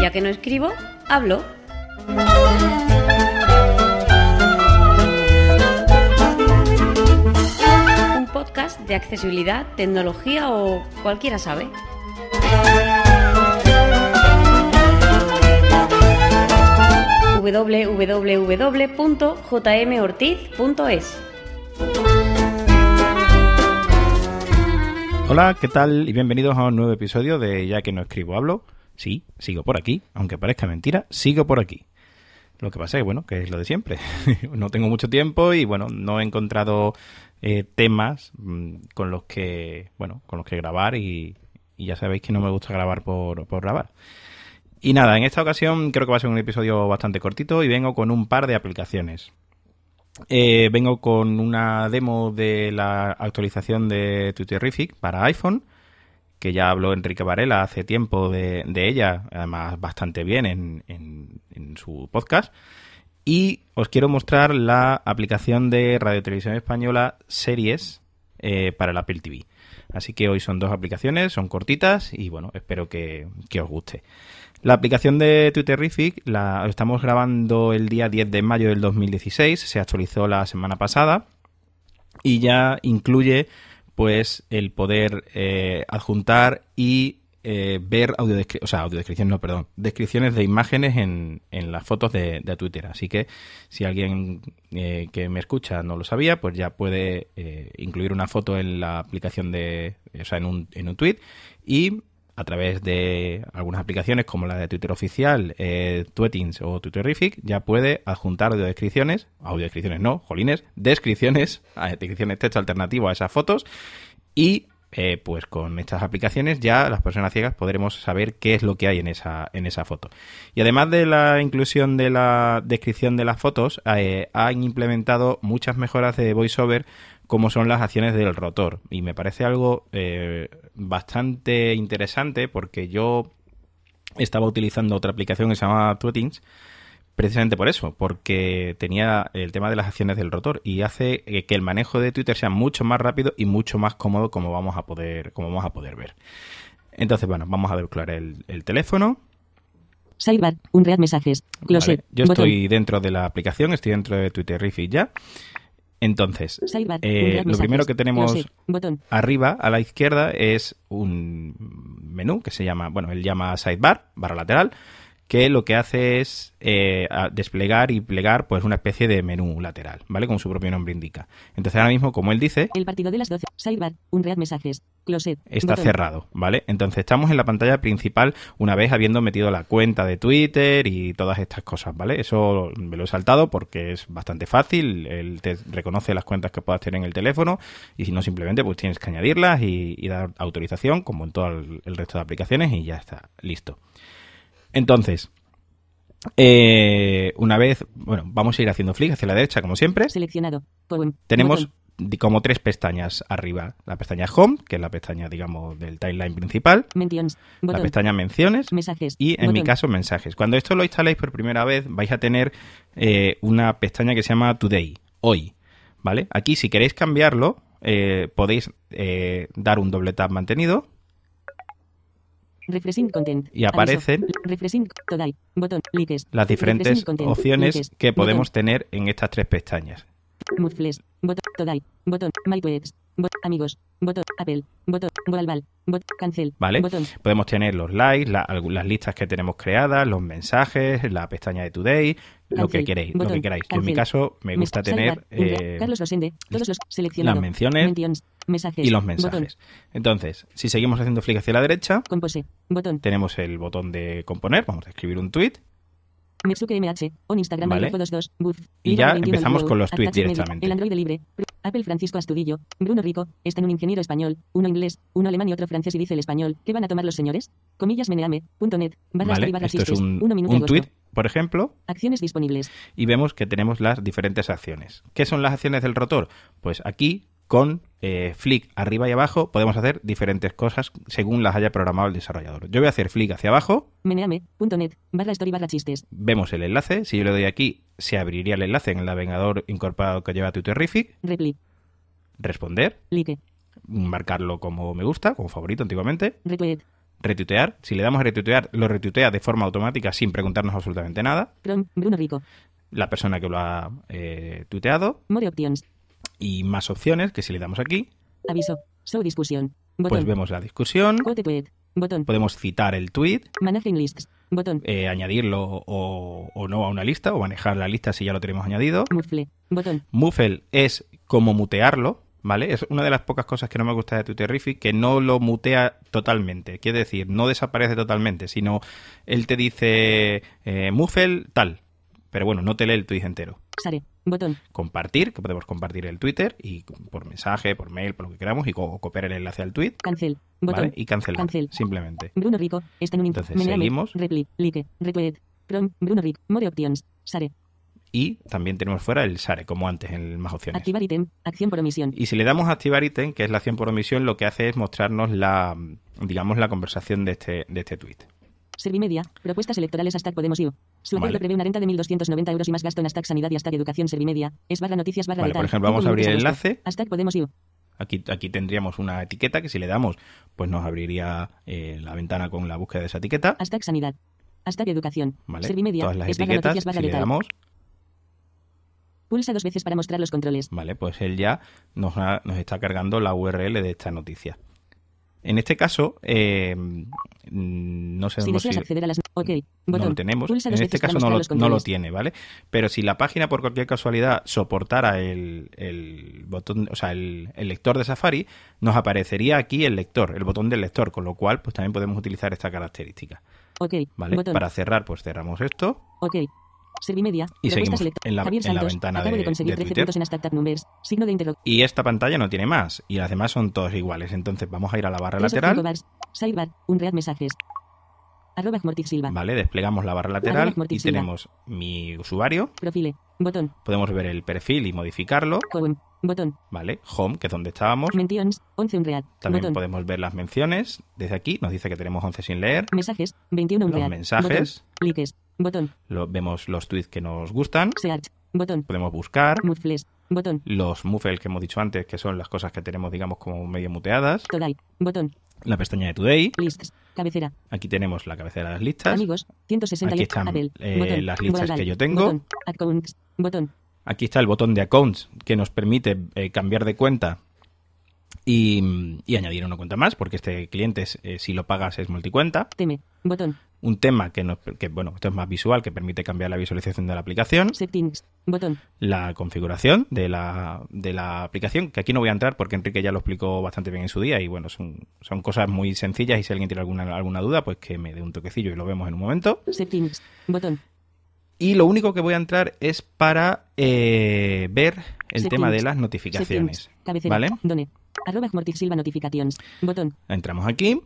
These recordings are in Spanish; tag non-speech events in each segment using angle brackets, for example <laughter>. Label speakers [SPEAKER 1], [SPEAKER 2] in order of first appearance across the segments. [SPEAKER 1] ya que no escribo, hablo. Un podcast de accesibilidad, tecnología o cualquiera sabe. www.jmortiz.es
[SPEAKER 2] Hola, ¿qué tal? Y bienvenidos a un nuevo episodio de Ya que no escribo, hablo. Sí, sigo por aquí, aunque parezca mentira, sigo por aquí. Lo que pasa es, bueno, que es lo de siempre. <laughs> no tengo mucho tiempo y, bueno, no he encontrado eh, temas mm, con los que, bueno, con los que grabar y, y ya sabéis que no me gusta grabar por, por grabar. Y nada, en esta ocasión creo que va a ser un episodio bastante cortito y vengo con un par de aplicaciones. Eh, vengo con una demo de la actualización de Twitterific para iPhone, que ya habló Enrique Varela hace tiempo de, de ella, además bastante bien en, en- en su podcast. Y os quiero mostrar la aplicación de Radio Televisión Española Series eh, para el Apple TV. Así que hoy son dos aplicaciones, son cortitas y bueno, espero que, que os guste. La aplicación de Twitterific la estamos grabando el día 10 de mayo del 2016, se actualizó la semana pasada y ya incluye pues el poder eh, adjuntar y eh, ver audiodescripción, o sea, audiodescripción no, perdón, descripciones de imágenes en, en las fotos de, de Twitter. Así que si alguien eh, que me escucha no lo sabía, pues ya puede eh, incluir una foto en la aplicación de, o sea, en un, en un tweet y a través de algunas aplicaciones como la de Twitter oficial, eh, Tweetings o Twitterific, ya puede adjuntar audiodescripciones, audiodescripciones no, jolines, descripciones, <laughs> eh, descripciones texto alternativo a esas fotos y eh, pues con estas aplicaciones ya las personas ciegas podremos saber qué es lo que hay en esa, en esa foto. Y además de la inclusión de la descripción de las fotos, eh, han implementado muchas mejoras de VoiceOver como son las acciones del rotor. Y me parece algo eh, bastante interesante porque yo estaba utilizando otra aplicación que se llama Tweetings precisamente por eso, porque tenía el tema de las acciones del rotor y hace eh, que que el manejo de Twitter sea mucho más rápido y mucho más cómodo como vamos a poder, como vamos a poder ver. Entonces, bueno, vamos a ver el, el teléfono.
[SPEAKER 3] Sidebar, Unread Messages, Closet,
[SPEAKER 2] Vale, Yo
[SPEAKER 3] botón.
[SPEAKER 2] estoy dentro de la aplicación, estoy dentro de Twitter Riffy ya. Entonces,
[SPEAKER 3] Sidebar,
[SPEAKER 2] eh,
[SPEAKER 3] Unread
[SPEAKER 2] lo
[SPEAKER 3] Messages,
[SPEAKER 2] primero que tenemos
[SPEAKER 3] Closet, botón.
[SPEAKER 2] arriba a la izquierda es un menú que se llama, bueno, él llama sidebar, barra lateral, que lo que hace es eh, a- desplegar y plegar pues una especie de menú lateral, ¿vale? Como su propio nombre indica. Entonces ahora mismo, como él dice,
[SPEAKER 3] El partido de las 12. Sidebar, Unread Messages, Closet.
[SPEAKER 2] está
[SPEAKER 3] botón.
[SPEAKER 2] cerrado, ¿vale? Entonces estamos en la pantalla principal una vez habiendo metido la cuenta de Twitter y todas estas cosas, ¿vale? Eso me lo he saltado porque es bastante fácil, él te reconoce las cuentas que puedas tener en el teléfono y si no simplemente pues tienes que añadirlas y, y dar autorización como en todo el, el resto de aplicaciones y ya está, listo. Entonces, eh, una vez, bueno, vamos a ir haciendo flick hacia la derecha como siempre.
[SPEAKER 3] Seleccionado. Poem,
[SPEAKER 2] Tenemos
[SPEAKER 3] botón.
[SPEAKER 2] di- como tres pestañas arriba. La pestaña Home, que es la pestaña, digamos, del timeline principal.
[SPEAKER 3] Mentions,
[SPEAKER 2] La
[SPEAKER 3] botón.
[SPEAKER 2] pestaña Menciones.
[SPEAKER 3] Mensajes.
[SPEAKER 2] Y en mi
[SPEAKER 3] botón.
[SPEAKER 2] caso, mensajes. Cuando esto lo instaléis por primera vez, vais a tener eh, una pestaña que se llama Today, hoy. ¿Vale? Aquí, si queréis cambiarlo, eh, podéis eh, dar un doble tap mantenido.
[SPEAKER 3] Refreshing content.
[SPEAKER 2] Y
[SPEAKER 3] Aviso.
[SPEAKER 2] aparecen-
[SPEAKER 3] Refreshing today. Botón. Likes.
[SPEAKER 2] Las diferentes
[SPEAKER 3] Refreshing content.
[SPEAKER 2] opciones
[SPEAKER 3] Likes.
[SPEAKER 2] que
[SPEAKER 3] Botón.
[SPEAKER 2] podemos tener en estas tres pestañas.
[SPEAKER 3] Muzfles. Botón. Today. Botón. My tweets. Bot- amigos. Botón. Apple. Botón. Global. Bot. Cancel.
[SPEAKER 2] ¿Vale?
[SPEAKER 3] Botón.
[SPEAKER 2] Podemos tener los likes, la- algu- las listas que tenemos creadas, los mensajes, la pestaña de Today, lo que
[SPEAKER 3] Cancel,
[SPEAKER 2] queréis, lo
[SPEAKER 3] botón,
[SPEAKER 2] que queráis. Yo en mi
[SPEAKER 3] cancel.
[SPEAKER 2] caso me gusta
[SPEAKER 3] Mensaje,
[SPEAKER 2] tener
[SPEAKER 3] salvar, enviar.
[SPEAKER 2] eh,
[SPEAKER 3] Carlos Rosende. Todos los seleccionados.
[SPEAKER 2] las menciones
[SPEAKER 3] Mentions, mensajes.
[SPEAKER 2] y los
[SPEAKER 3] Botón.
[SPEAKER 2] mensajes. Entonces, si seguimos haciendo clic hacia la derecha,
[SPEAKER 3] Compose. Botón.
[SPEAKER 2] tenemos el botón de componer, vamos a escribir un tweet
[SPEAKER 3] Mitsuke MH. On Instagram.
[SPEAKER 2] Vale.
[SPEAKER 3] Adolfo 22. Buzz.
[SPEAKER 2] Y
[SPEAKER 3] Liga
[SPEAKER 2] ya
[SPEAKER 3] 21
[SPEAKER 2] empezamos
[SPEAKER 3] Glow,
[SPEAKER 2] con los
[SPEAKER 3] Attack
[SPEAKER 2] tweets
[SPEAKER 3] Media,
[SPEAKER 2] directamente.
[SPEAKER 3] El Android libre. Apple Francisco Astudillo. Bruno Rico. Están un ingeniero español. Uno inglés. Uno alemán y otro francés y dice el español. ¿Qué van a tomar los señores? Comillas meneame. Punto net. Barra
[SPEAKER 2] ¿vale?
[SPEAKER 3] escriba
[SPEAKER 2] Esto es
[SPEAKER 3] chistes.
[SPEAKER 2] un,
[SPEAKER 3] Uno minuto
[SPEAKER 2] un
[SPEAKER 3] agosto.
[SPEAKER 2] tweet, por ejemplo,
[SPEAKER 3] Acciones disponibles.
[SPEAKER 2] y vemos que tenemos las diferentes acciones. ¿Qué son las acciones del rotor? Pues aquí, con eh, flick arriba y abajo, podemos hacer diferentes cosas según las haya programado el desarrollador. Yo voy a hacer flick hacia abajo,
[SPEAKER 3] Meneame. Punto net. Barra story barra chistes.
[SPEAKER 2] vemos el enlace. Si yo le doy aquí, se abriría el enlace en el navegador incorporado que lleva Twitterific.
[SPEAKER 3] Repli.
[SPEAKER 2] Responder,
[SPEAKER 3] Like.
[SPEAKER 2] marcarlo como me gusta, como favorito antiguamente.
[SPEAKER 3] Retweet.
[SPEAKER 2] retuitear. Si le damos a retuitear, lo retuitea de forma automática sin preguntarnos absolutamente nada.
[SPEAKER 3] Chrome, Bruno Rico.
[SPEAKER 2] La persona que lo ha eh, tuiteado
[SPEAKER 3] More options.
[SPEAKER 2] y más opciones que si le damos aquí,
[SPEAKER 3] Aviso. Show discusión.
[SPEAKER 2] pues
[SPEAKER 3] Botón.
[SPEAKER 2] vemos Pues- la discusión.
[SPEAKER 3] Quote tweet. E Botón.
[SPEAKER 2] Podemos citar el tweet,
[SPEAKER 3] Managing lists. Botón.
[SPEAKER 2] eh, añadirlo o, o no a una lista o manejar la lista si ya lo tenemos añadido.
[SPEAKER 3] Murfle. Botón.
[SPEAKER 2] Muffle es como mutearlo, ¿vale? Es una de las pocas cosas que no me gusta de Twitterific, que no lo mutea totalmente. Quiere decir, no desaparece totalmente, sino él te dice eh, Muffle tal. Pero bueno, no te lee el tweet entero.
[SPEAKER 3] Sare. Botón.
[SPEAKER 2] Compartir, que podemos compartir el Twitter y por mensaje, por mail, por lo que queramos, y co- o copiar el enlace al tweet,
[SPEAKER 3] Cancel. Botón.
[SPEAKER 2] ¿vale? Y cancelar,
[SPEAKER 3] Cancel.
[SPEAKER 2] simplemente.
[SPEAKER 3] Bruno Rico. Está en un
[SPEAKER 2] Entonces, seguimos.
[SPEAKER 3] Repli. Like. Retweet. Chrome. Bruno Rico. More options. Sare.
[SPEAKER 2] Y también tenemos fuera el SARE, como antes en más opciones.
[SPEAKER 3] Activar ítem. Acción por omisión.
[SPEAKER 2] Y si le damos a activar ítem, que es la acción por omisión, lo que hace es mostrarnos la, digamos, la conversación de este, de este tweet.
[SPEAKER 3] Servimedia. Propuestas electorales hashtag Podemos IU. Su acuerdo
[SPEAKER 2] Vale.
[SPEAKER 3] prevé una renta de 1.290 euros y más gasto en hashtag sanidad y hashtag educación Servimedia. Es barra noticias barra
[SPEAKER 2] Vale,
[SPEAKER 3] letal.
[SPEAKER 2] por ejemplo, vamos a
[SPEAKER 3] Cinco
[SPEAKER 2] abrir el
[SPEAKER 3] minutos de
[SPEAKER 2] enlace.
[SPEAKER 3] gasto. Hashtag Podemos IU.
[SPEAKER 2] Aquí, aquí tendríamos una etiqueta que si le damos, pues nos abriría eh, la ventana con la búsqueda de esa etiqueta.
[SPEAKER 3] Hashtag sanidad. Hashtag educación.
[SPEAKER 2] ¿Vale?
[SPEAKER 3] Servimedia.
[SPEAKER 2] Todas las
[SPEAKER 3] es barra
[SPEAKER 2] etiquetas,
[SPEAKER 3] noticias barra
[SPEAKER 2] si le
[SPEAKER 3] letal.
[SPEAKER 2] damos,
[SPEAKER 3] Pulsa dos veces para mostrar los controles.
[SPEAKER 2] ¿vale? Pues él ya nos, ha- nos está cargando la URL de esta noticia. En este caso, eh, mm, no sé
[SPEAKER 3] Si deseas acceder a las... Ok. Botón.
[SPEAKER 2] no lo tenemos.
[SPEAKER 3] Pulsa
[SPEAKER 2] En
[SPEAKER 3] dos
[SPEAKER 2] este
[SPEAKER 3] veces para
[SPEAKER 2] caso no
[SPEAKER 3] mostrar
[SPEAKER 2] lo,
[SPEAKER 3] los
[SPEAKER 2] no lo
[SPEAKER 3] controles.
[SPEAKER 2] tiene, ¿vale? Pero si la página por cualquier casualidad soportara el, el botón, o sea, el, el lector de Safari, nos aparecería aquí el lector, el botón del lector, con lo cual, pues también podemos utilizar esta característica,
[SPEAKER 3] Ok.
[SPEAKER 2] ¿vale?
[SPEAKER 3] Botón.
[SPEAKER 2] Para cerrar, pues cerramos esto.
[SPEAKER 3] Ok. Servimedia.
[SPEAKER 2] Y
[SPEAKER 3] Propuestas
[SPEAKER 2] seguimos
[SPEAKER 3] elect-
[SPEAKER 2] en la-
[SPEAKER 3] Javier
[SPEAKER 2] en la
[SPEAKER 3] Santos,
[SPEAKER 2] ventana
[SPEAKER 3] Acabo de,
[SPEAKER 2] de-
[SPEAKER 3] conseguir
[SPEAKER 2] de
[SPEAKER 3] 13
[SPEAKER 2] Twitter.
[SPEAKER 3] puntos en hashtag números. Signo de interrogación.
[SPEAKER 2] Y esta pantalla no tiene más, y las demás son todas iguales. Entonces vamos a ir a la barra lateral,
[SPEAKER 3] Bars. Sidebar. Un read mensajes. Arroba Mortis Silva.
[SPEAKER 2] ¿vale? Desplegamos la barra
[SPEAKER 3] Arroba
[SPEAKER 2] lateral y
[SPEAKER 3] Mortixila.
[SPEAKER 2] tenemos mi usuario.
[SPEAKER 3] Profile. Botón.
[SPEAKER 2] Podemos ver el perfil y modificarlo,
[SPEAKER 3] Column. Botón.
[SPEAKER 2] ¿vale? Home, que es donde estábamos.
[SPEAKER 3] Mentions. 11 un read.
[SPEAKER 2] También
[SPEAKER 3] Botón.
[SPEAKER 2] podemos ver las menciones. Desde aquí nos dice que tenemos 11 sin leer.
[SPEAKER 3] Mensajes. 21 un
[SPEAKER 2] Los
[SPEAKER 3] read.
[SPEAKER 2] mensajes.
[SPEAKER 3] Botón. Likes. Botón.
[SPEAKER 2] Lo- vemos los tweets que nos gustan.
[SPEAKER 3] Search. Botón.
[SPEAKER 2] Podemos buscar
[SPEAKER 3] Murfles. Botón.
[SPEAKER 2] los muffles que hemos dicho antes, que son las cosas que tenemos, digamos, como medio muteadas.
[SPEAKER 3] Today. Botón.
[SPEAKER 2] La pestaña de Today.
[SPEAKER 3] Lists. Cabecera.
[SPEAKER 2] Aquí tenemos la cabecera de las listas.
[SPEAKER 3] Amigos. 168.
[SPEAKER 2] Aquí están,
[SPEAKER 3] Apple.
[SPEAKER 2] eh,
[SPEAKER 3] botón.
[SPEAKER 2] las listas
[SPEAKER 3] Global.
[SPEAKER 2] que yo tengo.
[SPEAKER 3] Botón. Accounts. Botón.
[SPEAKER 2] Aquí está el botón de Accounts, que nos permite eh, cambiar de cuenta y, y añadir una cuenta más, porque este cliente, es, eh, si lo pagas, es multicuenta.
[SPEAKER 3] Teme. Botón.
[SPEAKER 2] Un tema que, nos, que, bueno, esto es más visual, que permite cambiar la visualización de la aplicación.
[SPEAKER 3] Settings. Botón.
[SPEAKER 2] la configuración de la, de la aplicación, que aquí no voy a entrar porque Enrique ya lo explicó bastante bien en su día y bueno, son, son cosas muy sencillas y si alguien tiene alguna, alguna duda, pues que me dé un toquecillo y lo vemos en un momento.
[SPEAKER 3] Settings. Botón.
[SPEAKER 2] Y lo único que voy a entrar es para eh, ver el
[SPEAKER 3] Settings.
[SPEAKER 2] tema de las notificaciones.
[SPEAKER 3] Settings. Cabecera.
[SPEAKER 2] ¿Vale?
[SPEAKER 3] Done. Arroba Mortis Silva Notificaciones. Botón.
[SPEAKER 2] Entramos aquí.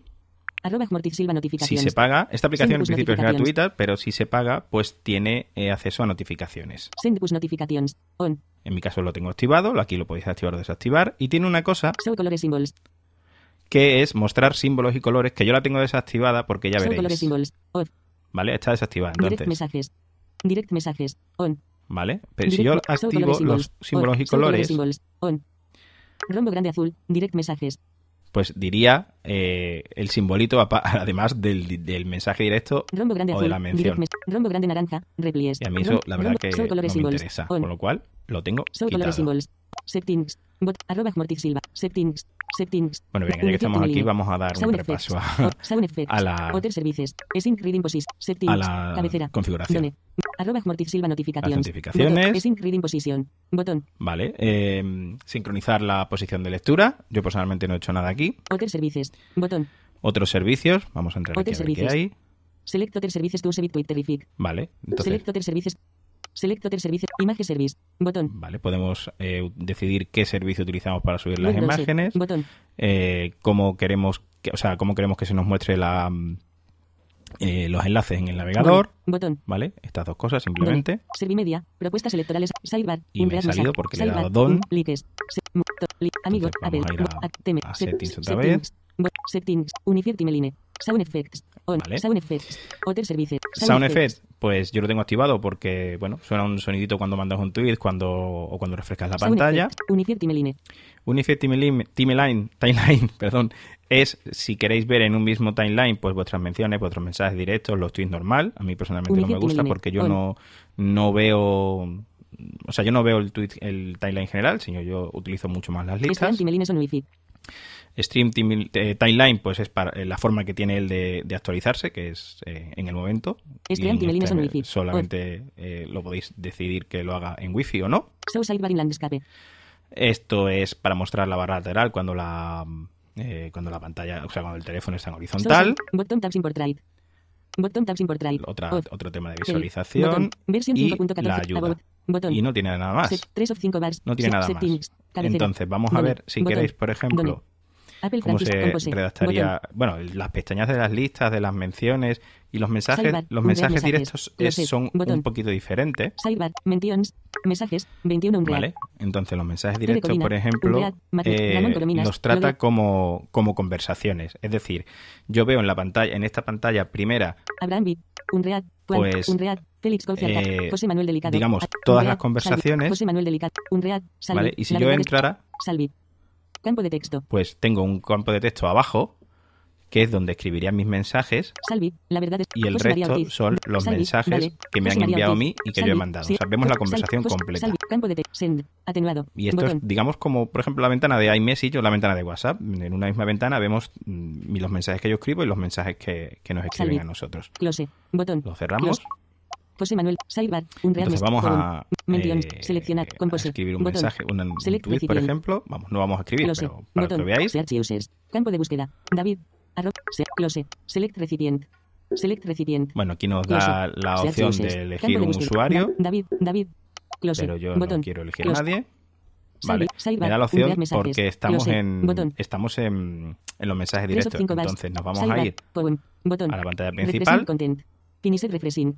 [SPEAKER 3] Arroba Mortis Silva
[SPEAKER 2] Si
[SPEAKER 3] Notificaciones.
[SPEAKER 2] se paga, esta aplicación en
[SPEAKER 3] Send push
[SPEAKER 2] principio es
[SPEAKER 3] notifications.
[SPEAKER 2] gratuita, pero si se paga, pues tiene eh, acceso a notificaciones.
[SPEAKER 3] Send push notificaciones. On.
[SPEAKER 2] En mi caso lo tengo activado, aquí lo podéis activar o desactivar. Y tiene una cosa
[SPEAKER 3] Show colores symbols.
[SPEAKER 2] que es mostrar símbolos y colores, que yo la tengo desactivada porque ya
[SPEAKER 3] Show colores
[SPEAKER 2] veréis.
[SPEAKER 3] symbols. Off.
[SPEAKER 2] ¿Vale? Está desactivada.
[SPEAKER 3] Direct
[SPEAKER 2] Entonces,
[SPEAKER 3] mensajes. Direct mensajes. On.
[SPEAKER 2] ¿vale? Pero si yo
[SPEAKER 3] Direct- show
[SPEAKER 2] activo
[SPEAKER 3] colores
[SPEAKER 2] los
[SPEAKER 3] symbols.
[SPEAKER 2] símbolos
[SPEAKER 3] On.
[SPEAKER 2] y
[SPEAKER 3] Show
[SPEAKER 2] colores,
[SPEAKER 3] symbols. On. Rombo grande azul. Direct mensajes.
[SPEAKER 2] pues diría eh, el simbolito apa- <laughs> además del, del mensaje directo.
[SPEAKER 3] Rombo grande
[SPEAKER 2] O de
[SPEAKER 3] azul.
[SPEAKER 2] la mención.
[SPEAKER 3] direct mes- Rombo grande naranja. Replies.
[SPEAKER 2] Y a mí
[SPEAKER 3] Rom-
[SPEAKER 2] eso, la verdad
[SPEAKER 3] rombo-
[SPEAKER 2] que
[SPEAKER 3] show
[SPEAKER 2] no me
[SPEAKER 3] colores symbols.
[SPEAKER 2] interesa.
[SPEAKER 3] On.
[SPEAKER 2] Con lo cual, lo tengo
[SPEAKER 3] Show
[SPEAKER 2] quitado.
[SPEAKER 3] colores symbols. Settings. Bot. Arroba Mortis Silva. Settings. Settings.
[SPEAKER 2] Bueno, venga, ya que estamos aquí, vamos a dar un
[SPEAKER 3] Sound
[SPEAKER 2] repaso
[SPEAKER 3] effects.
[SPEAKER 2] a,
[SPEAKER 3] O- Sound effects.
[SPEAKER 2] a la-
[SPEAKER 3] Hotel services. Sync reading position.
[SPEAKER 2] <laughs>
[SPEAKER 3] Settings.
[SPEAKER 2] a la
[SPEAKER 3] cabecera.
[SPEAKER 2] configuración.
[SPEAKER 3] Done. Arroba Mortis Silva notificaciones.
[SPEAKER 2] Las notificaciones.
[SPEAKER 3] Botón. Sync reading position. Botón.
[SPEAKER 2] ¿Vale? Eh, sincronizar la posición de lectura. Yo personalmente no he hecho nada aquí.
[SPEAKER 3] Hotel services. Botón.
[SPEAKER 2] Otros servicios. Vamos a entrar aquí
[SPEAKER 3] Otros
[SPEAKER 2] a ver qué
[SPEAKER 3] servicios.
[SPEAKER 2] hay.
[SPEAKER 3] Select hotel services to Sevit Twitterific.
[SPEAKER 2] Vale. Entonces,
[SPEAKER 3] Select hotel services. Select hotel services. Image service. Botón.
[SPEAKER 2] Vale, podemos eh, decidir qué servicio utilizamos para subir las
[SPEAKER 3] Web browser.
[SPEAKER 2] imágenes,
[SPEAKER 3] Botón.
[SPEAKER 2] eh, cómo queremos, que, o sea, cómo queremos que se nos muestre la, mm, eh, los enlaces en el navegador,
[SPEAKER 3] Botón.
[SPEAKER 2] ¿vale? Estas dos cosas simplemente.
[SPEAKER 3] Servimedia. Propuestas electorales. Sidebar.
[SPEAKER 2] Y
[SPEAKER 3] un
[SPEAKER 2] me he
[SPEAKER 3] real
[SPEAKER 2] salido
[SPEAKER 3] mensaje.
[SPEAKER 2] porque le he
[SPEAKER 3] Sidebar.
[SPEAKER 2] dado don.
[SPEAKER 3] Un likes. Se- mu- to- li- Amigos.
[SPEAKER 2] vamos a
[SPEAKER 3] Apple.
[SPEAKER 2] ir a-
[SPEAKER 3] Bo- teme.
[SPEAKER 2] a
[SPEAKER 3] Se-
[SPEAKER 2] settings otra
[SPEAKER 3] settings. Bo- Settings. Unifier timeline. Sound effects. On.
[SPEAKER 2] Vale.
[SPEAKER 3] Sound effects. Hotel services.
[SPEAKER 2] Sound effect, pues yo lo tengo activado porque, bueno, suena un sonidito cuando mandas un tweet cuando, o cuando refrescas la pantalla.
[SPEAKER 3] Unified Timeline.
[SPEAKER 2] Un effect timeline, timeline, timeline, <laughs> perdón, es si queréis ver en un mismo timeline, pues vuestras menciones, vuestros mensajes directos, los tweets normal. A mí personalmente no me
[SPEAKER 3] Unified
[SPEAKER 2] gusta
[SPEAKER 3] timeline.
[SPEAKER 2] porque yo
[SPEAKER 3] On.
[SPEAKER 2] no, no veo. O sea, yo no veo el tweet, el timeline general, sino yo utilizo mucho más las listas.
[SPEAKER 3] Stream Timeline son Unified.
[SPEAKER 2] Stream timil- eh, Timeline, pues es para, eh, la forma que tiene el de, de actualizarse, que es eh, en el momento.
[SPEAKER 3] Stream
[SPEAKER 2] Y
[SPEAKER 3] Timeline es en Wi-Fi.
[SPEAKER 2] Solamente eh, lo podéis decidir que lo haga en Wi-Fi o no.
[SPEAKER 3] Show Sidebar in Landscape.
[SPEAKER 2] Esto es para mostrar la barra lateral cuando la eh, cuando la pantalla, o sea, cuando el teléfono está en
[SPEAKER 3] Show
[SPEAKER 2] horizontal.
[SPEAKER 3] side- Bottom Tabs in Portrait. Bottom Tabs in Portrait.
[SPEAKER 2] Otra,
[SPEAKER 3] Off.
[SPEAKER 2] otro tema de
[SPEAKER 3] Tail.
[SPEAKER 2] visualización.
[SPEAKER 3] Botón. Versión
[SPEAKER 2] y
[SPEAKER 3] 5.14.
[SPEAKER 2] la ayuda.
[SPEAKER 3] About. Botón.
[SPEAKER 2] Y no tiene nada más.
[SPEAKER 3] 3 of 5 bars.
[SPEAKER 2] No tiene
[SPEAKER 3] Se-
[SPEAKER 2] nada más.
[SPEAKER 3] settings. Cabecera.
[SPEAKER 2] Entonces, vamos a
[SPEAKER 3] Done.
[SPEAKER 2] ver si
[SPEAKER 3] Botón.
[SPEAKER 2] queréis, por
[SPEAKER 3] Done.
[SPEAKER 2] ejemplo,
[SPEAKER 3] Apple
[SPEAKER 2] cómo
[SPEAKER 3] Francis
[SPEAKER 2] se
[SPEAKER 3] Compose.
[SPEAKER 2] redactaría,
[SPEAKER 3] Botón.
[SPEAKER 2] bueno, las pestañas de las listas, de las menciones y los mensajes,
[SPEAKER 3] Sidebar,
[SPEAKER 2] los
[SPEAKER 3] ver
[SPEAKER 2] mensajes
[SPEAKER 3] mensajes,
[SPEAKER 2] directos es-
[SPEAKER 3] closet,
[SPEAKER 2] son un
[SPEAKER 3] botón.
[SPEAKER 2] poquito diferentes,
[SPEAKER 3] Sidebar. Mentions. Mensajes. 21 Unreal.
[SPEAKER 2] ¿vale? Entonces los mensajes
[SPEAKER 3] Tere
[SPEAKER 2] directos, por
[SPEAKER 3] Codina,
[SPEAKER 2] ejemplo,
[SPEAKER 3] Unreal, Matrix,
[SPEAKER 2] eh,
[SPEAKER 3] Ramón Corominas,
[SPEAKER 2] los trata
[SPEAKER 3] Logra-
[SPEAKER 2] como, como conversaciones, es decir, yo veo en la pantalla, en esta pantalla primera,
[SPEAKER 3] Abraham Bit. Unreal. Juan.
[SPEAKER 2] Pues,
[SPEAKER 3] Unreal. Félix Concertat.
[SPEAKER 2] eh,
[SPEAKER 3] José Manuel Delicado.
[SPEAKER 2] digamos,
[SPEAKER 3] A-
[SPEAKER 2] todas
[SPEAKER 3] Unreal,
[SPEAKER 2] las conversaciones.
[SPEAKER 3] Salvi, José Manuel Delicado. Unreal. Salvi,
[SPEAKER 2] ¿vale? Y si
[SPEAKER 3] la
[SPEAKER 2] yo
[SPEAKER 3] verdad es-
[SPEAKER 2] entrara,
[SPEAKER 3] Salvi. Campo de texto.
[SPEAKER 2] pues tengo un campo de texto abajo, que es donde escribiría mis mensajes,
[SPEAKER 3] Salvi. La verdad es
[SPEAKER 2] y el
[SPEAKER 3] José María
[SPEAKER 2] resto
[SPEAKER 3] Ortiz.
[SPEAKER 2] son los
[SPEAKER 3] Salvi,
[SPEAKER 2] mensajes
[SPEAKER 3] vale.
[SPEAKER 2] que me
[SPEAKER 3] José
[SPEAKER 2] han
[SPEAKER 3] María
[SPEAKER 2] enviado a
[SPEAKER 3] Ortiz.
[SPEAKER 2] mí y que yo
[SPEAKER 3] Salvi,
[SPEAKER 2] he mandado.
[SPEAKER 3] sí,
[SPEAKER 2] O sea, vemos la
[SPEAKER 3] José-
[SPEAKER 2] conversación
[SPEAKER 3] José-
[SPEAKER 2] completa.
[SPEAKER 3] Salvi, campo de texto. Send. Atenuado.
[SPEAKER 2] Y esto
[SPEAKER 3] Botón.
[SPEAKER 2] es, digamos, como por ejemplo la ventana de iMessage o la ventana de WhatsApp. En una misma ventana vemos mm, los mensajes que yo escribo y los mensajes que, que nos escriben
[SPEAKER 3] Salir.
[SPEAKER 2] a nosotros.
[SPEAKER 3] Close. Botón.
[SPEAKER 2] Lo cerramos.
[SPEAKER 3] Close. José Manuel. Sidebar. Unreal.
[SPEAKER 2] Entonces
[SPEAKER 3] list,
[SPEAKER 2] vamos
[SPEAKER 3] column.
[SPEAKER 2] a,
[SPEAKER 3] Mentions.
[SPEAKER 2] eh,
[SPEAKER 3] Seleccionar.
[SPEAKER 2] a
[SPEAKER 3] Compose.
[SPEAKER 2] escribir un
[SPEAKER 3] Botón.
[SPEAKER 2] mensaje, un, un
[SPEAKER 3] Select
[SPEAKER 2] tweet, por
[SPEAKER 3] recipient.
[SPEAKER 2] ejemplo. Vamos, no vamos a escribir,
[SPEAKER 3] Close.
[SPEAKER 2] pero para que
[SPEAKER 3] Button.
[SPEAKER 2] lo veáis.
[SPEAKER 3] Search users. Campo de búsqueda. David. Arro. Se- Close. Select recipient. Select recipient.
[SPEAKER 2] Bueno, aquí nos da
[SPEAKER 3] Close.
[SPEAKER 2] la
[SPEAKER 3] Search
[SPEAKER 2] opción
[SPEAKER 3] users.
[SPEAKER 2] de elegir
[SPEAKER 3] Campo de
[SPEAKER 2] un
[SPEAKER 3] búsqueda.
[SPEAKER 2] usuario,
[SPEAKER 3] Da- David. David. Close.
[SPEAKER 2] pero yo
[SPEAKER 3] Botón.
[SPEAKER 2] no quiero elegir
[SPEAKER 3] Close.
[SPEAKER 2] a nadie.
[SPEAKER 3] Salvi-
[SPEAKER 2] Vale,
[SPEAKER 3] sidebar.
[SPEAKER 2] me da la opción
[SPEAKER 3] Enviar mensajes.
[SPEAKER 2] porque estamos
[SPEAKER 3] Close.
[SPEAKER 2] en,
[SPEAKER 3] Botón.
[SPEAKER 2] estamos en, en los mensajes
[SPEAKER 3] Tres o
[SPEAKER 2] directos.
[SPEAKER 3] cinco bars.
[SPEAKER 2] Entonces nos vamos a
[SPEAKER 3] Sidebar.
[SPEAKER 2] ir
[SPEAKER 3] Poem. Botón.
[SPEAKER 2] a la pantalla
[SPEAKER 3] Refreshing
[SPEAKER 2] principal.
[SPEAKER 3] content. Finished refreshing.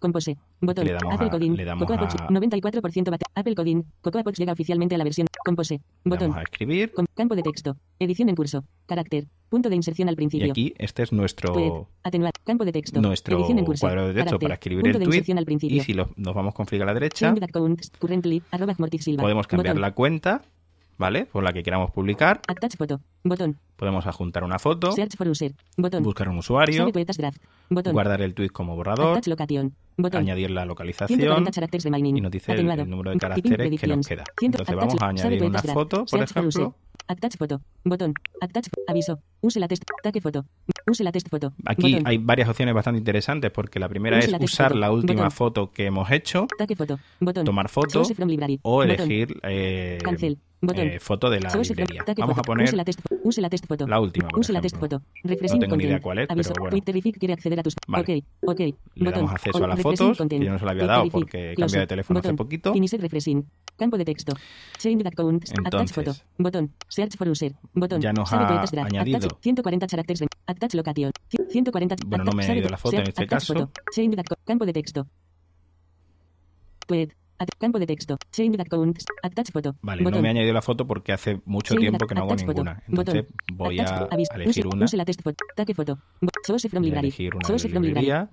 [SPEAKER 3] Compose. Botón.
[SPEAKER 2] Le damos
[SPEAKER 3] Apple
[SPEAKER 2] a-
[SPEAKER 3] Codin.
[SPEAKER 2] le damos
[SPEAKER 3] Cocoa Pods.
[SPEAKER 2] a-
[SPEAKER 3] 94% bate. Apple Codin. Cocoa Pods llega oficialmente a la versión. Compose. Botón.
[SPEAKER 2] Vamos a escribir.
[SPEAKER 3] Com- campo de texto. Edición en curso. Carácter. Punto de inserción al
[SPEAKER 2] Y
[SPEAKER 3] principio.
[SPEAKER 2] aquí este es
[SPEAKER 3] Tweet.
[SPEAKER 2] nuestro,
[SPEAKER 3] Atenuar. Campo de texto.
[SPEAKER 2] nuestro
[SPEAKER 3] Edición en curso.
[SPEAKER 2] cuadro de texto
[SPEAKER 3] Carácter.
[SPEAKER 2] para escribir
[SPEAKER 3] Punto
[SPEAKER 2] el
[SPEAKER 3] de
[SPEAKER 2] tweet.
[SPEAKER 3] inserción al
[SPEAKER 2] Y
[SPEAKER 3] principio.
[SPEAKER 2] si lo- nos vamos con clic a la derecha,
[SPEAKER 3] Change that counts. Currently. Arroba Mortic Silva.
[SPEAKER 2] podemos cambiar
[SPEAKER 3] Botón.
[SPEAKER 2] la cuenta, ¿vale? Por la que queramos publicar.
[SPEAKER 3] Attach photo. Botón.
[SPEAKER 2] Podemos adjuntar una foto,
[SPEAKER 3] Search for user. Botón.
[SPEAKER 2] buscar un usuario,
[SPEAKER 3] Save poetas draft. Botón.
[SPEAKER 2] guardar el tweet como borrador,
[SPEAKER 3] Attach location. Botón.
[SPEAKER 2] añadir la
[SPEAKER 3] 140
[SPEAKER 2] localización
[SPEAKER 3] caracteres remaining.
[SPEAKER 2] y nos dice el,
[SPEAKER 3] Atenuado.
[SPEAKER 2] el número de
[SPEAKER 3] Tipping
[SPEAKER 2] caracteres que nos
[SPEAKER 3] predictions.
[SPEAKER 2] queda.
[SPEAKER 3] Ciento-
[SPEAKER 2] Entonces
[SPEAKER 3] attach-
[SPEAKER 2] vamos a
[SPEAKER 3] sabe
[SPEAKER 2] añadir una
[SPEAKER 3] poetas
[SPEAKER 2] foto,
[SPEAKER 3] draft.
[SPEAKER 2] por
[SPEAKER 3] Search for user.
[SPEAKER 2] ejemplo.
[SPEAKER 3] Attach photo. Botón. Attach pho- aviso. Use la test. Taque foto. Use la test foto.
[SPEAKER 2] Aquí
[SPEAKER 3] Botón.
[SPEAKER 2] hay varias opciones bastante interesantes porque la primera
[SPEAKER 3] Use
[SPEAKER 2] es
[SPEAKER 3] la texto
[SPEAKER 2] usar
[SPEAKER 3] foto.
[SPEAKER 2] la última
[SPEAKER 3] Botón.
[SPEAKER 2] foto que hemos hecho,
[SPEAKER 3] Taque foto. Botón.
[SPEAKER 2] tomar foto
[SPEAKER 3] Source from library.
[SPEAKER 2] o
[SPEAKER 3] Botón.
[SPEAKER 2] elegir eh,
[SPEAKER 3] Cancel. Botón.
[SPEAKER 2] eh, foto de la
[SPEAKER 3] Source from-
[SPEAKER 2] librería.
[SPEAKER 3] taque
[SPEAKER 2] Vamos a
[SPEAKER 3] foto.
[SPEAKER 2] poner
[SPEAKER 3] Use la test. fo- Use la test foto.
[SPEAKER 2] la última. por
[SPEAKER 3] Use la test
[SPEAKER 2] ejemplo.
[SPEAKER 3] foto. Refreshing
[SPEAKER 2] tengo ni
[SPEAKER 3] content.
[SPEAKER 2] idea cuál es, pero
[SPEAKER 3] Aviso.
[SPEAKER 2] bueno.
[SPEAKER 3] Twitterific quiere acceder a tus.
[SPEAKER 2] Vale.
[SPEAKER 3] Ok. Ok.
[SPEAKER 2] Le
[SPEAKER 3] Botón.
[SPEAKER 2] damos acceso a
[SPEAKER 3] All-
[SPEAKER 2] las
[SPEAKER 3] refreshing
[SPEAKER 2] fotos,
[SPEAKER 3] content.
[SPEAKER 2] que yo no se lo había dado
[SPEAKER 3] Twitterific.
[SPEAKER 2] porque he
[SPEAKER 3] Close.
[SPEAKER 2] cambiado de teléfono hace
[SPEAKER 3] Botón.
[SPEAKER 2] poquito.
[SPEAKER 3] Initial refreshing. Campo de texto. Change that count. Attach
[SPEAKER 2] Entonces,
[SPEAKER 3] photo. Botón. Search for user. Botón.
[SPEAKER 2] ya nos
[SPEAKER 3] Save
[SPEAKER 2] ha
[SPEAKER 3] poetas draft.
[SPEAKER 2] añadido.
[SPEAKER 3] Attach 140 caracteres. de- Attach location. Cien- 140.
[SPEAKER 2] Bueno, no
[SPEAKER 3] attach-
[SPEAKER 2] me ha
[SPEAKER 3] save
[SPEAKER 2] ido
[SPEAKER 3] to-
[SPEAKER 2] la foto en
[SPEAKER 3] search-
[SPEAKER 2] este
[SPEAKER 3] attach
[SPEAKER 2] caso.
[SPEAKER 3] photo. Change that co- Campo de texto. Tweet. At- campo de texto. Change that count. Attach photo.
[SPEAKER 2] Vale, no
[SPEAKER 3] Botón.
[SPEAKER 2] me he añadido la foto porque hace mucho
[SPEAKER 3] Sí,
[SPEAKER 2] tiempo que no hago
[SPEAKER 3] attach photo.
[SPEAKER 2] ninguna. Entonces voy
[SPEAKER 3] Attach-
[SPEAKER 2] a
[SPEAKER 3] aviso.
[SPEAKER 2] elegir
[SPEAKER 3] Use-
[SPEAKER 2] una.
[SPEAKER 3] Use la test photo. Take photo. Bo- Source from
[SPEAKER 2] Voy a
[SPEAKER 3] library.
[SPEAKER 2] elegir una
[SPEAKER 3] Source
[SPEAKER 2] de
[SPEAKER 3] from library.
[SPEAKER 2] librería.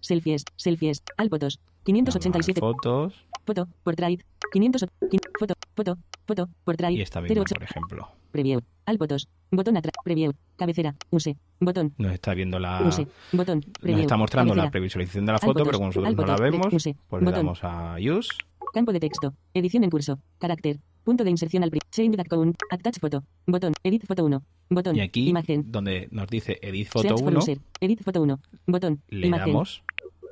[SPEAKER 3] Selfies, selfies, al fotos,
[SPEAKER 2] Vamos a
[SPEAKER 3] 587,
[SPEAKER 2] fotos.
[SPEAKER 3] foto, portrait, 500, quin- foto, foto, foto, portrait,
[SPEAKER 2] Y esta misma,
[SPEAKER 3] 08,
[SPEAKER 2] por ejemplo.
[SPEAKER 3] preview, al fotos, botón atrás, preview, cabecera, use, botón,
[SPEAKER 2] Nos está viendo la.
[SPEAKER 3] use, botón, preview,
[SPEAKER 2] Ah. Nos está mostrando la
[SPEAKER 3] cabecera,
[SPEAKER 2] previsualización de la
[SPEAKER 3] Al
[SPEAKER 2] foto,
[SPEAKER 3] botón, este,
[SPEAKER 2] pero como nosotros
[SPEAKER 3] al
[SPEAKER 2] no la
[SPEAKER 3] botón,
[SPEAKER 2] vemos,
[SPEAKER 3] use,
[SPEAKER 2] pues le
[SPEAKER 3] botón.
[SPEAKER 2] damos a Use.
[SPEAKER 3] campo de texto, edición en curso, carácter, punto de inserción al pri- change that count, attach photo, botón, edit foto 1, botón,
[SPEAKER 2] Y aquí,
[SPEAKER 3] imagen,
[SPEAKER 2] donde nos dice Edit Foto
[SPEAKER 3] search for
[SPEAKER 2] 1,
[SPEAKER 3] user, edit foto 1, botón,
[SPEAKER 2] le
[SPEAKER 3] imagen,
[SPEAKER 2] damos.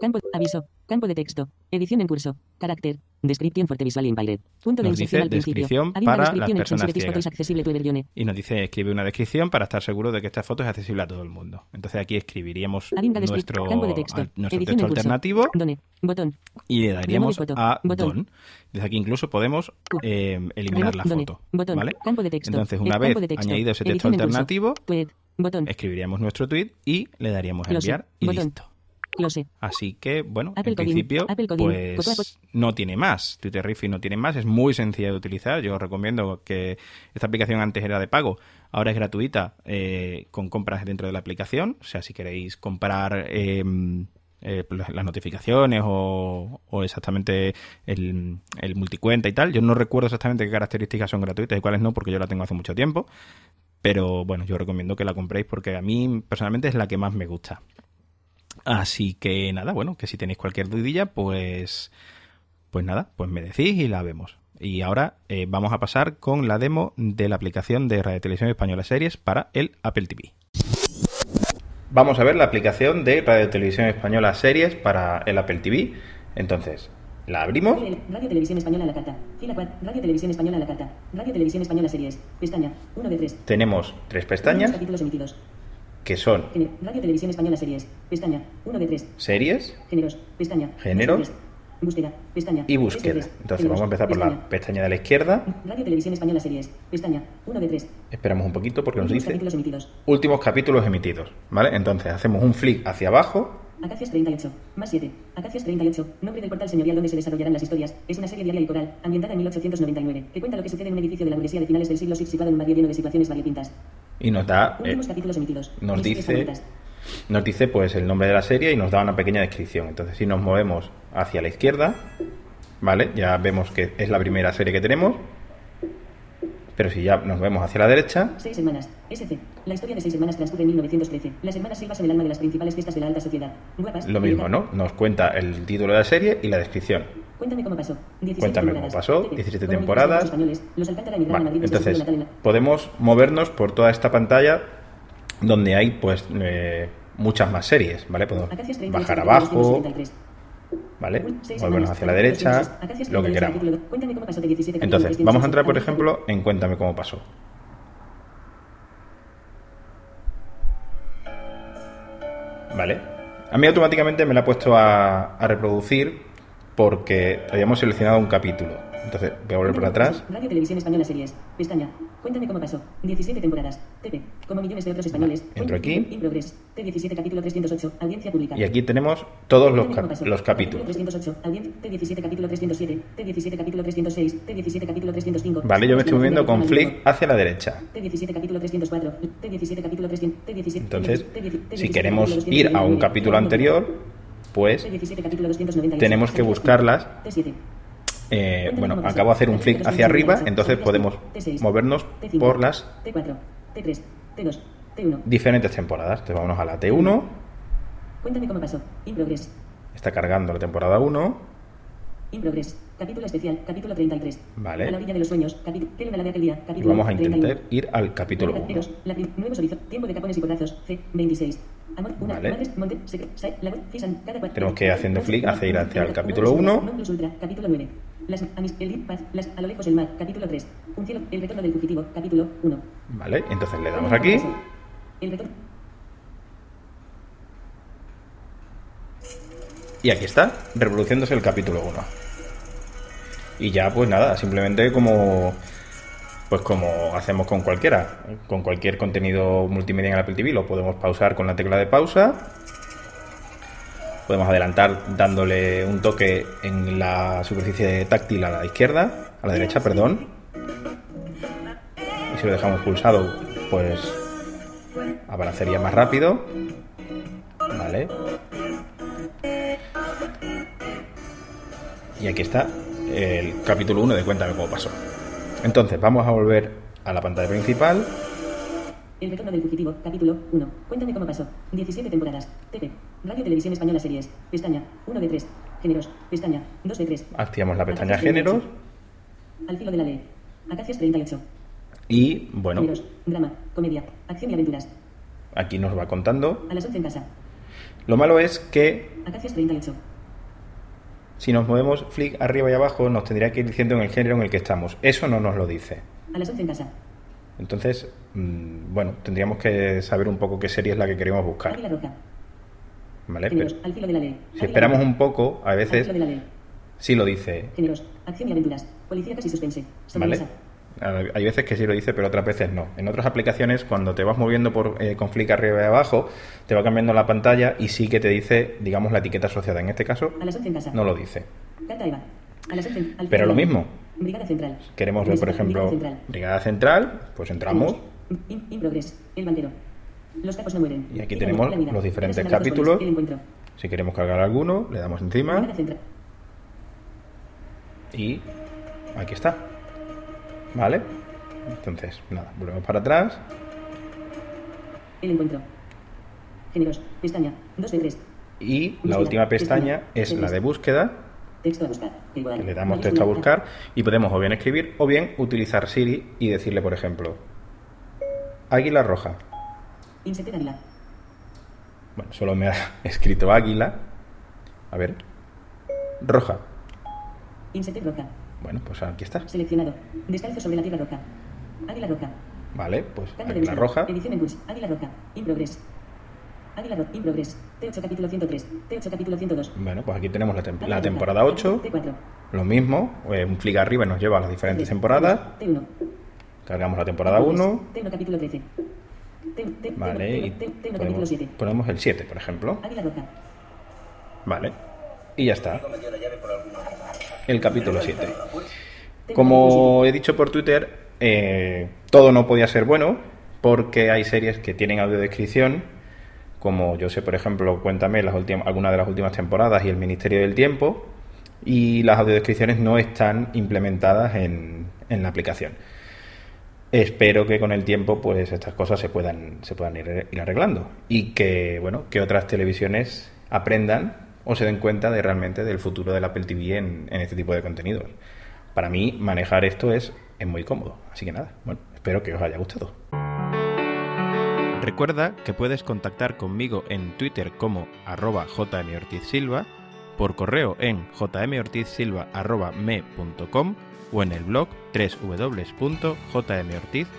[SPEAKER 3] campo, aviso, campo de texto, edición en curso, carácter, description for the visual impaired, punto de
[SPEAKER 2] Nos dice
[SPEAKER 3] inserción al principio,
[SPEAKER 2] descripción
[SPEAKER 3] Add una
[SPEAKER 2] para las
[SPEAKER 3] description en
[SPEAKER 2] personas
[SPEAKER 3] Sensibilities
[SPEAKER 2] ciegas.
[SPEAKER 3] Photos accesible to everyone.
[SPEAKER 2] Y nos dice escribe una descripción para estar seguro de que esta foto es accesible a todo el mundo. Entonces aquí escribiríamos
[SPEAKER 3] Arinda descrip-
[SPEAKER 2] nuestro,
[SPEAKER 3] campo de texto.
[SPEAKER 2] al- nuestro
[SPEAKER 3] Edición
[SPEAKER 2] texto
[SPEAKER 3] en curso.
[SPEAKER 2] alternativo
[SPEAKER 3] Done. Botón.
[SPEAKER 2] y le daríamos
[SPEAKER 3] Remove foto.
[SPEAKER 2] a
[SPEAKER 3] Botón.
[SPEAKER 2] Don. Desde aquí incluso podemos
[SPEAKER 3] Q.
[SPEAKER 2] eh, eliminar
[SPEAKER 3] Remove-
[SPEAKER 2] la
[SPEAKER 3] done.
[SPEAKER 2] foto.
[SPEAKER 3] Botón.
[SPEAKER 2] ¿vale?
[SPEAKER 3] Campo de texto.
[SPEAKER 2] Entonces
[SPEAKER 3] Eh,
[SPEAKER 2] una vez
[SPEAKER 3] campo de texto.
[SPEAKER 2] añadido ese texto
[SPEAKER 3] Edición en curso.
[SPEAKER 2] alternativo,
[SPEAKER 3] Tweet. Botón.
[SPEAKER 2] escribiríamos nuestro tweet y le daríamos a
[SPEAKER 3] Close.
[SPEAKER 2] enviar y
[SPEAKER 3] Botón.
[SPEAKER 2] listo.
[SPEAKER 3] Lo sé.
[SPEAKER 2] Así que, bueno,
[SPEAKER 3] Apple
[SPEAKER 2] en
[SPEAKER 3] Coding,
[SPEAKER 2] principio,
[SPEAKER 3] Apple Coding, Cocoa-
[SPEAKER 2] pues no tiene más. Twitter Riffy no tiene más, es muy sencilla de utilizar. Yo os recomiendo que esta aplicación antes era de pago, ahora es gratuita eh, con compras dentro de la aplicación. O sea, si queréis comprar eh, eh, pues, las notificaciones o, o exactamente el, el multicuenta y tal, yo no recuerdo exactamente qué características son gratuitas y cuáles no, porque yo la tengo hace mucho tiempo. Pero bueno, yo recomiendo que la compréis porque a mí personalmente es la que más me gusta. Así que nada, bueno, que si tenéis cualquier dudilla, pues. Pues nada, pues me decís y la vemos. Y ahora eh, vamos a pasar con la demo de la aplicación de Radio Televisión Española Series para el Apple TV. Vamos a ver la aplicación de Radio Televisión Española Series para el Apple TV. Entonces, la abrimos.
[SPEAKER 3] RTL, Radio Televisión Española a la carta. Fila 4. Radio Televisión Española a la carta. Radio Televisión Española series. Pestaña. 1 de 3.
[SPEAKER 2] Tenemos tres
[SPEAKER 3] Primeros
[SPEAKER 2] pestañas
[SPEAKER 3] Capítulos emitidos.
[SPEAKER 2] que son
[SPEAKER 3] Gene- Radio Televisión Española series. Pestaña. 1 de 3.
[SPEAKER 2] series
[SPEAKER 3] Géneros. Pestaña.
[SPEAKER 2] Género.
[SPEAKER 3] Dos de tres. Búsqueda. Pestaña.
[SPEAKER 2] y
[SPEAKER 3] Tres de
[SPEAKER 2] búsqueda.
[SPEAKER 3] tres.
[SPEAKER 2] Entonces
[SPEAKER 3] Géneros.
[SPEAKER 2] vamos a empezar por la
[SPEAKER 3] Pestaña.
[SPEAKER 2] pestaña de la izquierda.
[SPEAKER 3] Radio Televisión Española series. Pestaña. 1 de 3.
[SPEAKER 2] Esperamos un poquito porque nos dice
[SPEAKER 3] capítulos emitidos.
[SPEAKER 2] últimos capítulos emitidos, ¿vale? Entonces hacemos un flick hacia abajo,
[SPEAKER 3] Acacias 38, más 7. Acacias 38, nombre del portal señorial donde se desarrollarán las historias, es una serie diaria y coral, ambientada en 1899, que cuenta lo que sucede en un edificio de la burguesía de finales del siglo VI situado en un barrio lleno de situaciones variopintas.
[SPEAKER 2] y nos da eh,
[SPEAKER 3] Últimos capítulos emitidos.
[SPEAKER 2] nos
[SPEAKER 3] Mis series
[SPEAKER 2] dice-
[SPEAKER 3] favoritas.
[SPEAKER 2] nos dice pues el nombre de la serie y nos da una pequeña descripción. Entonces si nos movemos hacia la izquierda, ¿vale? Ya vemos que es la primera serie que tenemos. Pero si ya nos vemos hacia la derecha,
[SPEAKER 3] Seis hermanas. SC. La historia de seis hermanas transcurre en 1913. Las hermanas Silva son el alma de las principales fiestas de la alta sociedad. Guapas.
[SPEAKER 2] lo mismo, ¿no? Nos cuenta el título de la serie y la descripción.
[SPEAKER 3] Cuéntame cómo pasó. 17
[SPEAKER 2] Cuéntame cómo
[SPEAKER 3] temporadas.
[SPEAKER 2] pasó,
[SPEAKER 3] TT.
[SPEAKER 2] 17
[SPEAKER 3] Crónicas de
[SPEAKER 2] temporadas.
[SPEAKER 3] los españoles. Los Alcántara emigraron
[SPEAKER 2] Vale,
[SPEAKER 3] a Madrid desde su
[SPEAKER 2] entonces
[SPEAKER 3] ciudad natal en la-
[SPEAKER 2] podemos movernos por toda esta pantalla donde hay pues eh, muchas más series, ¿vale? Podemos
[SPEAKER 3] Acacias 38,
[SPEAKER 2] bajar
[SPEAKER 3] capítulo
[SPEAKER 2] abajo,
[SPEAKER 3] 273.
[SPEAKER 2] ¿vale? Movernos
[SPEAKER 3] Seis semanas,
[SPEAKER 2] hacia la
[SPEAKER 3] capítulo
[SPEAKER 2] derecha,
[SPEAKER 3] seis, acacias
[SPEAKER 2] lo que
[SPEAKER 3] capítulo seis,
[SPEAKER 2] queramos.
[SPEAKER 3] capítulo dos. Cuéntame cómo pasó de 17 capítulos,
[SPEAKER 2] Entonces,
[SPEAKER 3] 300,
[SPEAKER 2] vamos a entrar, por
[SPEAKER 3] capítulo
[SPEAKER 2] ejemplo, en Cuéntame cómo pasó. Vale. A mí automáticamente me la ha puesto a, a reproducir porque habíamos seleccionado un capítulo. Entonces, voy a volver para atrás.
[SPEAKER 3] Radio Televisión Española Series. Pestaña. Cuéntame cómo pasó. 17 temporadas. TP. Como millones de otros españoles.
[SPEAKER 2] entro aquí.
[SPEAKER 3] In Progress. T17 capítulo 308. Audiencia pública.
[SPEAKER 2] Y aquí tenemos todos los,
[SPEAKER 3] Cuéntame
[SPEAKER 2] cap-
[SPEAKER 3] cómo pasó.
[SPEAKER 2] los capítulos.
[SPEAKER 3] Capítulo 308. Audien- T17 capítulo 307. T17 capítulo 306. T17 capítulo 305.
[SPEAKER 2] Vale, yo me estoy moviendo con
[SPEAKER 3] Flick.
[SPEAKER 2] flick hacia la derecha.
[SPEAKER 3] T17 capítulo 304. T17 capítulo 300. T17.
[SPEAKER 2] Entonces,
[SPEAKER 3] T17
[SPEAKER 2] si
[SPEAKER 3] capítulo
[SPEAKER 2] queremos ir a un
[SPEAKER 3] 299,
[SPEAKER 2] capítulo anterior, pues
[SPEAKER 3] T17 capítulo 298.
[SPEAKER 2] tenemos que buscarlas
[SPEAKER 3] T7.
[SPEAKER 2] Eh, bueno, acabo de hacer un flick hacia arriba, entonces podemos movernos
[SPEAKER 3] T5,
[SPEAKER 2] por las
[SPEAKER 3] T4, T3, T2, T1.
[SPEAKER 2] diferentes temporadas. Entonces vámonos a la T1,
[SPEAKER 3] Cuéntame cómo pasó. In progress.
[SPEAKER 2] está cargando la temporada 1,
[SPEAKER 3] In progress. Capítulo especial, capítulo 33.
[SPEAKER 2] Vale.
[SPEAKER 3] A la orilla de los sueños, capítulo. ¿Qué luna la de aquel día?
[SPEAKER 2] y
[SPEAKER 3] Capítulo
[SPEAKER 2] vamos a intentar
[SPEAKER 3] 31.
[SPEAKER 2] ir al capítulo 1.
[SPEAKER 3] Caperos, la prim- nuevos horizontes, tiempo de capones y porrazos, C, 26. Amor, una,
[SPEAKER 2] Vale.
[SPEAKER 3] madres, monte, secre- sae, lago, fisan, cada cual-
[SPEAKER 2] Tenemos que ir haciendo
[SPEAKER 3] Dos,
[SPEAKER 2] clic
[SPEAKER 3] una,
[SPEAKER 2] hacia ir
[SPEAKER 3] una,
[SPEAKER 2] hacia el
[SPEAKER 3] una,
[SPEAKER 2] capítulo
[SPEAKER 3] una,
[SPEAKER 2] uno.
[SPEAKER 3] non plus ultra, capítulo 9. Las, amis, el ir, paz, las, a lo lejos el mar, capítulo 3. Un cielo, el retorno del fugitivo, capítulo 1.
[SPEAKER 2] Vale, entonces le damos aquí
[SPEAKER 3] El retorno.
[SPEAKER 2] y aquí está, reproduciéndose el capítulo 1. Y ya, pues nada, simplemente como. Pues como hacemos con cualquiera, con cualquier contenido multimedia en el Apple TV, lo podemos pausar con la tecla de pausa. Podemos adelantar dándole un toque en la superficie táctil a la izquierda, a la derecha, perdón. Y si lo dejamos pulsado, pues aparecería más rápido. Vale. Y aquí está el capítulo 1 de Cuéntame cómo pasó. Entonces, vamos a volver a la pantalla principal.
[SPEAKER 3] El retorno del fugitivo, capítulo 1. Cuéntame cómo pasó. 17 temporadas. TV. Radio Televisión Española Series. Pestaña. 1 de 3. Géneros. Pestaña. 2 de 3.
[SPEAKER 2] Activamos la pestaña Géneros.
[SPEAKER 3] Al filo de la ley. Acacias 38.
[SPEAKER 2] Y bueno,
[SPEAKER 3] Géneros. Drama. Comedia. Acción y aventuras.
[SPEAKER 2] aquí nos va contando.
[SPEAKER 3] A las 11 en casa.
[SPEAKER 2] Lo malo es que
[SPEAKER 3] Acacias 38.
[SPEAKER 2] si nos movemos flick arriba y abajo, nos tendría que ir diciendo en el género en el que estamos. Eso no nos lo dice.
[SPEAKER 3] A las 11 en casa.
[SPEAKER 2] Entonces, mm, bueno, tendríamos que saber un poco qué serie es la que queremos buscar.
[SPEAKER 3] Águila Roja.
[SPEAKER 2] ¿Vale? Pero
[SPEAKER 3] Géneros. Al filo de la ley.
[SPEAKER 2] si esperamos un poco, a
[SPEAKER 3] Al filo
[SPEAKER 2] veces
[SPEAKER 3] de la ley.
[SPEAKER 2] sí lo dice.
[SPEAKER 3] Géneros. Acción y aventuras. Policía casi suspense.
[SPEAKER 2] ¿Vale?
[SPEAKER 3] Sobremesa.
[SPEAKER 2] Hay veces que sí lo dice, pero otras veces no. En otras aplicaciones, cuando te vas moviendo por eh, con flick arriba y abajo, te va cambiando la pantalla y sí que te dice, digamos, la etiqueta asociada. En este caso,
[SPEAKER 3] A las 11 en casa.
[SPEAKER 2] no lo dice.
[SPEAKER 3] Carta Eva. A las 11 en- al
[SPEAKER 2] Pero lo mismo.
[SPEAKER 3] Brigada Central.
[SPEAKER 2] Queremos ver, por
[SPEAKER 3] Brigada
[SPEAKER 2] ejemplo,
[SPEAKER 3] Central.
[SPEAKER 2] Brigada Central, pues entramos
[SPEAKER 3] In, in progress. El bandero. Los tacos no mueren.
[SPEAKER 2] Y aquí
[SPEAKER 3] Ícono,
[SPEAKER 2] tenemos
[SPEAKER 3] la vida.
[SPEAKER 2] los diferentes
[SPEAKER 3] Tres alabados
[SPEAKER 2] capítulos. Ah.
[SPEAKER 3] goles. El encuentro.
[SPEAKER 2] Si queremos cargar alguno, le damos encima
[SPEAKER 3] Brigada Central.
[SPEAKER 2] y aquí está. ¿Vale? Entonces, nada, volvemos para atrás.
[SPEAKER 3] El encuentro. Géneros. Pestaña. 2 de 3.
[SPEAKER 2] Y la última pestaña es la de búsqueda,
[SPEAKER 3] Texto a buscar. Igual.
[SPEAKER 2] que le damos texto a buscar y podemos o bien escribir o bien utilizar Siri y decirle, por ejemplo, Águila Roja.
[SPEAKER 3] Insecte de águila.
[SPEAKER 2] Bueno, solo me ha <laughs> escrito Águila. A ver. Roja.
[SPEAKER 3] Insecte roja.
[SPEAKER 2] Bueno, pues aquí está.
[SPEAKER 3] Seleccionado. Descalzo sobre la tierra roja. Águila roja.
[SPEAKER 2] Vale, pues
[SPEAKER 3] Cambio de
[SPEAKER 2] Águila
[SPEAKER 3] búsqueda.
[SPEAKER 2] Roja.
[SPEAKER 3] Edición en curso. Águila roja. In progress. Águila roja. In progress. T8 capítulo 103. T8 capítulo 102.
[SPEAKER 2] Bueno, pues aquí tenemos la, tem-
[SPEAKER 3] Águila
[SPEAKER 2] la
[SPEAKER 3] roja.
[SPEAKER 2] temporada 8.
[SPEAKER 3] T4.
[SPEAKER 2] Lo mismo, eh, un clic arriba nos lleva a las diferentes temporadas.
[SPEAKER 3] T1.
[SPEAKER 2] Cargamos la temporada 1,
[SPEAKER 3] T1 capítulo 13. T1 T1,
[SPEAKER 2] ¿vale? Y
[SPEAKER 3] T1 T1 capítulo Ah.
[SPEAKER 2] ponemos,
[SPEAKER 3] 7.
[SPEAKER 2] ponemos el 7, por ejemplo,
[SPEAKER 3] Águila roja.
[SPEAKER 2] ¿vale? Y ya está. El capítulo 7.
[SPEAKER 3] T1 capítulo
[SPEAKER 2] Como he dicho por Twitter, eh, todo no podía ser bueno porque hay series que tienen audiodescripción, como yo sé, por ejemplo, cuéntame las últimas, algunas de las últimas temporadas y el Ministerio del Tiempo, y las audiodescripciones no están implementadas en, en la aplicación. Espero que con el tiempo, pues estas cosas se puedan, se puedan ir, ir arreglando y que, bueno, que otras televisiones aprendan o se den cuenta de realmente del futuro del Apple TV en, en este tipo de contenidos. Para mí, manejar esto es, es muy cómodo. Así que nada, bueno, espero que os haya gustado. Recuerda que puedes contactar conmigo en Twitter como arroba jmortizsilva, por correo en jmortizsilva.me.com o en el blog www.jmortiz.es.